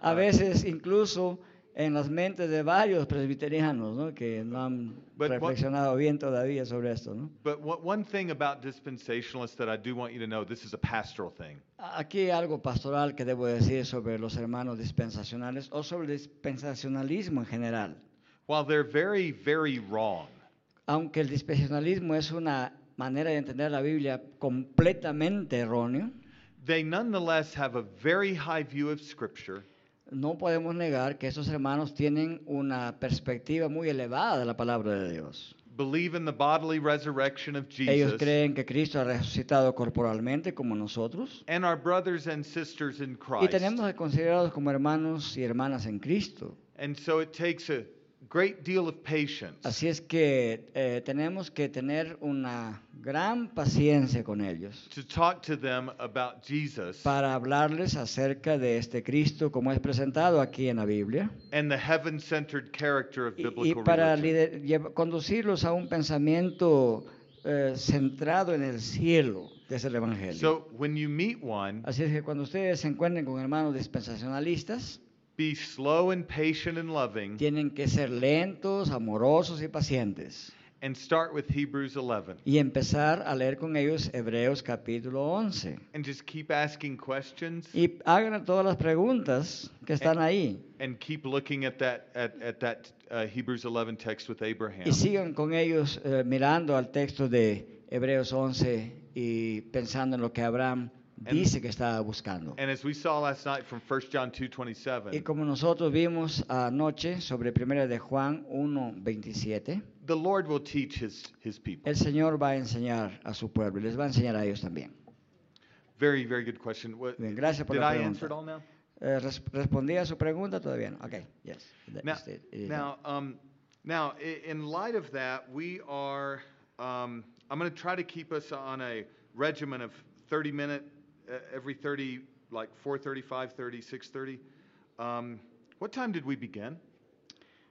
Speaker 2: A veces incluso en las mentes de varios presbiterianos ¿no? que no han
Speaker 1: But what-
Speaker 2: reflexionado bien todavía sobre esto. ¿no?
Speaker 1: But what, one thing about dispensationalists that I do want you to know, this is a pastoral thing.
Speaker 2: A- Aquí algo pastoral que debo decir sobre los hermanos dispensacionales o sobre el dispensacionalismo en general.
Speaker 1: While they're very, very wrong,
Speaker 2: Aunque el dispensacionalismo es una manera de entender la Biblia completamente errónea,
Speaker 1: they nonetheless have a very high view of Scripture
Speaker 2: no podemos negar que estos hermanos tienen una perspectiva muy elevada de la palabra de Dios.
Speaker 1: believe in the bodily resurrection of
Speaker 2: Ellos
Speaker 1: Jesus
Speaker 2: creen que Cristo ha resucitado corporalmente como nosotros.
Speaker 1: and our brothers and sisters in
Speaker 2: Y
Speaker 1: Christ.
Speaker 2: tenemos que considerarlos como hermanos y hermanas en Cristo.
Speaker 1: And so it takes a great deal of patience
Speaker 2: Así es que eh, tenemos que tener una gran paciencia con ellos
Speaker 1: to talk to them about Jesus
Speaker 2: para hablarles acerca de este Cristo como es presentado aquí en la Biblia
Speaker 1: and the heaven centered character of
Speaker 2: y, y
Speaker 1: biblical
Speaker 2: para
Speaker 1: religion.
Speaker 2: lider- lleva- conducirlos a un pensamiento eh, centrado en el cielo, que es el Evangelio.
Speaker 1: So when you meet one,
Speaker 2: Así es que cuando ustedes se encuentren con hermanos dispensacionalistas,
Speaker 1: Be slow and patient and loving,
Speaker 2: Tienen que ser lentos, amorosos y pacientes.
Speaker 1: and start with Hebrews 11.
Speaker 2: Y empezar a leer con ellos Hebreos capítulo 11.
Speaker 1: And just keep asking questions
Speaker 2: Y hagan todas las preguntas que están ahí.
Speaker 1: and keep looking at that, at, at that uh, Hebrews 11 text with Abraham.
Speaker 2: Y sigan con ellos eh, mirando al texto de Hebreos 11 y pensando en lo que Abraham
Speaker 1: And-
Speaker 2: dice que estaba buscando.
Speaker 1: And as we saw last night from 1 John 2:27,
Speaker 2: Y como nosotros vimos anoche sobre primera de Juan 1:27,
Speaker 1: the Lord will teach his, his people.
Speaker 2: el Señor va a enseñar a su pueblo y les va a enseñar a ellos también.
Speaker 1: Very, very good question. What,
Speaker 2: Bien, gracias por
Speaker 1: did
Speaker 2: la
Speaker 1: I
Speaker 2: pregunta.
Speaker 1: answer it all now?
Speaker 2: Eh, res- ¿Respondí a su pregunta todavía? No. Okay, yes. that
Speaker 1: Now,
Speaker 2: is it, it is
Speaker 1: now, um, now, i- in light of that, we are. Um, I'm going to try to keep us on a regimen of 30 minute, uh, every 30, like 4:30, 5:30, 6:30. Um, what time did we begin?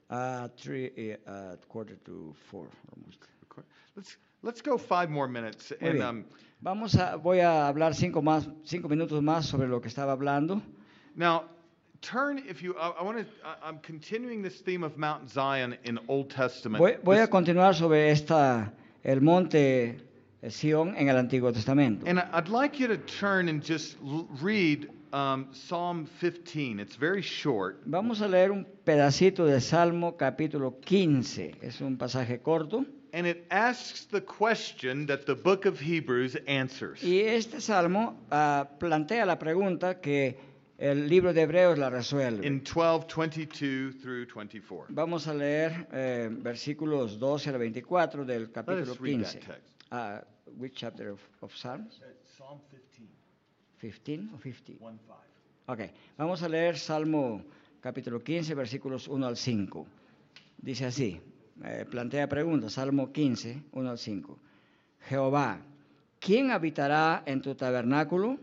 Speaker 2: that. Uh, three, eh, uh, quarter to four, almost.
Speaker 1: Let's let's go five more minutes,
Speaker 2: Muy
Speaker 1: and
Speaker 2: bien.
Speaker 1: um,
Speaker 2: Vamos a, voy a hablar cinco, más, cinco minutos más sobre lo que estaba hablando.
Speaker 1: Now, turn if you. I, I want to. I'm continuing this theme of Mount Zion in Old Testament.
Speaker 2: Voy, voy a
Speaker 1: This-
Speaker 2: continuar sobre esta, el monte eh, Sión en el Antiguo Testamento.
Speaker 1: and I- I'd like you to turn and just l- read um, Psalm 15. It's very short.
Speaker 2: Vamos a leer un pedacito de Salmo capítulo 15. Es un pasaje corto.
Speaker 1: And it asks the question that the book of Hebrews answers.
Speaker 2: Y este salmo ah, plantea la pregunta que el libro de Hebreos la resuelve.
Speaker 1: In 12, 22 through 24.
Speaker 2: Vamos a leer eh, versículos 12 al 24 del
Speaker 1: Let
Speaker 2: capítulo
Speaker 1: us read that
Speaker 2: 15.
Speaker 1: text.
Speaker 2: Ah, which chapter of, of Psalms?
Speaker 1: Psalm 15,
Speaker 2: 15 o 50?
Speaker 1: 1 5.
Speaker 2: Ok, vamos a leer Salmo capítulo 15, versículos 1 al 5. Dice así, eh, plantea preguntas, Salmo 15, 1 al 5. Jehová, ¿quién habitará en tu tabernáculo?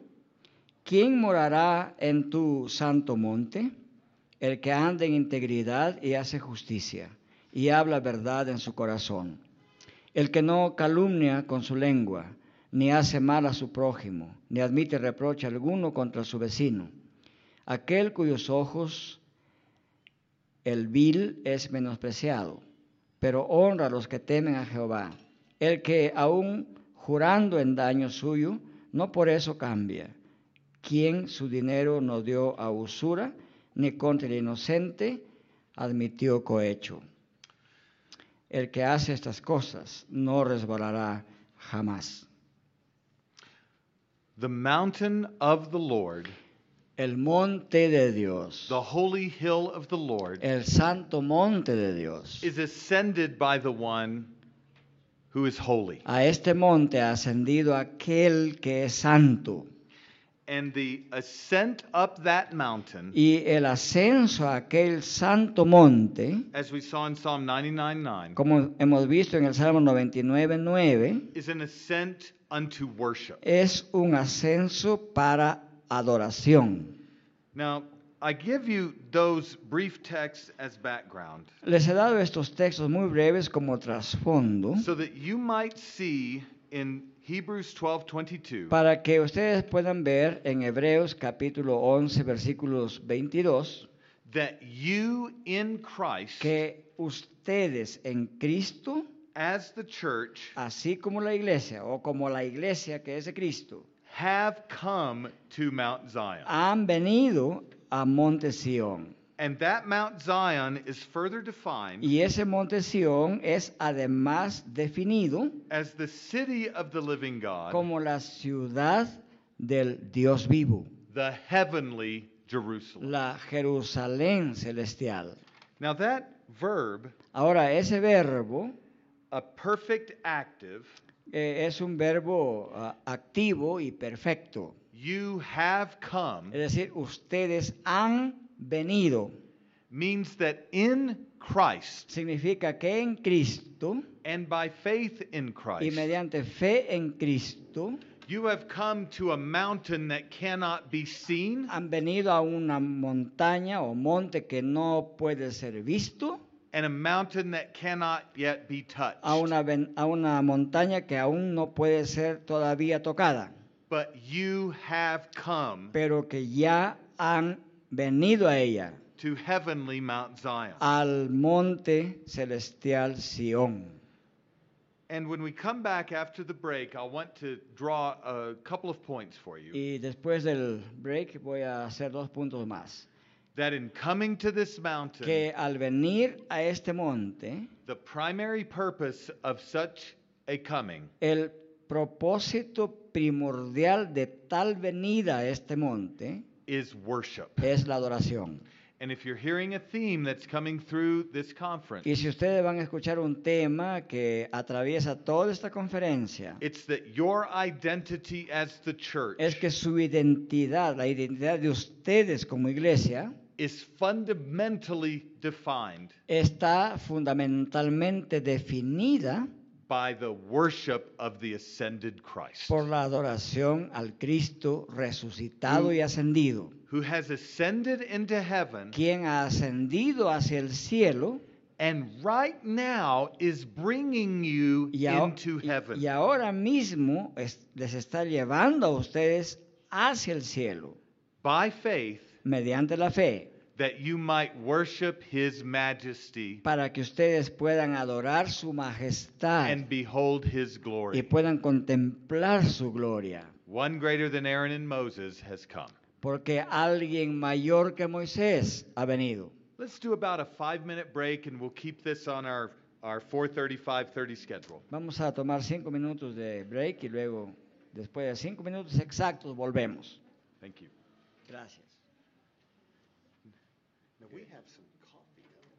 Speaker 2: ¿Quién morará en tu santo monte? El que anda en integridad y hace justicia, y habla verdad en su corazón. El que no calumnia con su lengua, ni hace mal a su prójimo, ni admite reproche alguno contra su vecino. Aquel cuyos ojos el vil es menospreciado, pero honra a los que temen a Jehová. El que aun jurando en daño suyo, no por eso cambia. Quien su dinero no dio a usura, ni contra el inocente admitió cohecho. El que hace estas cosas no resbalará jamás.
Speaker 1: The mountain of the Lord,
Speaker 2: El monte de Dios,
Speaker 1: the holy hill of the Lord,
Speaker 2: el santo monte de Dios.
Speaker 1: is ascended by the one who is holy.
Speaker 2: A este monte ha ascendido aquel que es santo.
Speaker 1: And the ascent up that mountain,
Speaker 2: Y el ascenso a aquel santo monte,
Speaker 1: as we saw in Psalm 99.9,
Speaker 2: como hemos visto en el Salmo 99.9,
Speaker 1: is an ascent unto worship.
Speaker 2: es un ascenso para adoración.
Speaker 1: Now, I give you those brief texts as background
Speaker 2: Les he dado estos textos muy breves como trasfondo
Speaker 1: so that you might see in Hebrews 12.22
Speaker 2: para que ustedes puedan ver en Hebreos capítulo 11 versículos 22
Speaker 1: that you in Christ,
Speaker 2: que ustedes en Cristo,
Speaker 1: as the church,
Speaker 2: así como la iglesia o como la iglesia que es de Cristo,
Speaker 1: have come to Mount Zion.
Speaker 2: han venido a Monte Sión.
Speaker 1: And that Mount Zion is further defined
Speaker 2: Y ese monte Sión es además definido
Speaker 1: as the city of the living God,
Speaker 2: como la ciudad del Dios vivo,
Speaker 1: the heavenly Jerusalem.
Speaker 2: la Jerusalén celestial.
Speaker 1: Now, that verb,
Speaker 2: Ahora, ese verbo
Speaker 1: a perfect active,
Speaker 2: eh, es un verbo ah, activo y perfecto.
Speaker 1: you have come,
Speaker 2: Es decir, ustedes han venido.
Speaker 1: means that in Christ
Speaker 2: Significa que en Cristo
Speaker 1: and by faith in
Speaker 2: y
Speaker 1: Christ,
Speaker 2: mediante fe en Cristo
Speaker 1: you have come to a mountain that cannot be seen,
Speaker 2: han venido a una montaña o monte que no puede ser visto,
Speaker 1: and a mountain that cannot yet be touched.
Speaker 2: a una, ven- a una montaña que aún no puede ser todavía tocada,
Speaker 1: But you have come
Speaker 2: pero que ya han venido a ella
Speaker 1: to heavenly Mount Zion.
Speaker 2: al monte celestial Sión.
Speaker 1: And when we come back after the break, I want to draw a couple of points for you.
Speaker 2: Y después del break voy a hacer dos puntos más.
Speaker 1: That in coming to this mountain,
Speaker 2: Que al venir a este monte,
Speaker 1: the primary purpose of such a coming
Speaker 2: el propósito primordial de tal venida a este monte
Speaker 1: is worship.
Speaker 2: es la adoración.
Speaker 1: And if you're hearing a theme that's coming through this conference,
Speaker 2: Y si ustedes van a escuchar un tema que atraviesa toda esta conferencia,
Speaker 1: it's that your identity as the church
Speaker 2: es que su identidad, la identidad de ustedes como iglesia,
Speaker 1: is fundamentally defined
Speaker 2: está fundamentalmente definida
Speaker 1: by the worship of the ascended Christ,
Speaker 2: por la adoración al Cristo resucitado y ascendido,
Speaker 1: who has ascended into heaven
Speaker 2: quien ha ascendido hacia el cielo
Speaker 1: and right now is bringing you
Speaker 2: y, a-
Speaker 1: into
Speaker 2: y-
Speaker 1: heaven.
Speaker 2: y ahora mismo es- les está llevando a ustedes hacia el cielo
Speaker 1: by faith
Speaker 2: mediante la fe
Speaker 1: that you might worship his majesty
Speaker 2: para que ustedes puedan adorar su majestad
Speaker 1: and behold his
Speaker 2: y
Speaker 1: glory.
Speaker 2: puedan contemplar su gloria,
Speaker 1: One greater than Aaron and Moses has come.
Speaker 2: porque alguien mayor que Moisés ha venido.
Speaker 1: Let's do about a 5-minute break and we'll keep this on our our 4:35:30 schedule.
Speaker 2: Vamos a tomar cinco minutos de break y luego, después de cinco minutos exactos, volvemos.
Speaker 1: Thank you.
Speaker 2: Gracias.
Speaker 1: Now we have some